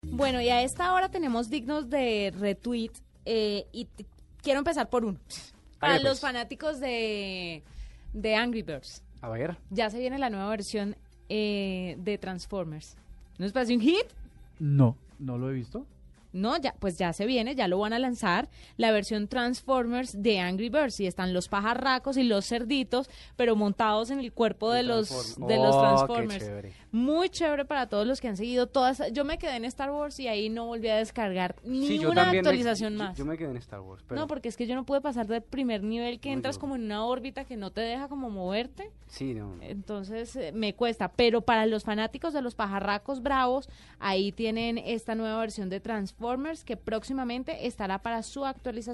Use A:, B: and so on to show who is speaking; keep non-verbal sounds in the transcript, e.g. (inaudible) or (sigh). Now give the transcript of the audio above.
A: Bueno, y a esta hora tenemos dignos de retweet eh, y t- quiero empezar
B: (laughs)
A: por uno. Para
B: Hágale,
A: los
B: pues.
A: fanáticos de, de Angry Birds,
B: A ver.
A: ya se viene la nueva versión eh, de Transformers. ¿No es parece un hit?
B: No, no lo he visto.
A: No, ya, pues ya se viene, ya lo van a lanzar, la versión Transformers de Angry Birds, y están los pajarracos y los cerditos, pero montados en el cuerpo de los, de
B: Oh,
A: los Transformers. Muy Oh, chévere para todos los que han seguido todas. Yo me quedé en Star Wars y ahí no volví a descargar ni una actualización más.
C: Yo, me quedé en Star Wars, pero
A: no, porque es que yo no pude pasar del primer nivel que
C: No,
A: entras
C: yo-
A: como en una órbita que no te deja como moverte.
C: sí, no.
A: Entonces eh, me cuesta, pero para los fanáticos de los pajarracos bravos, ahí tienen esta nueva versión de Transformers que próximamente estará para su actualización.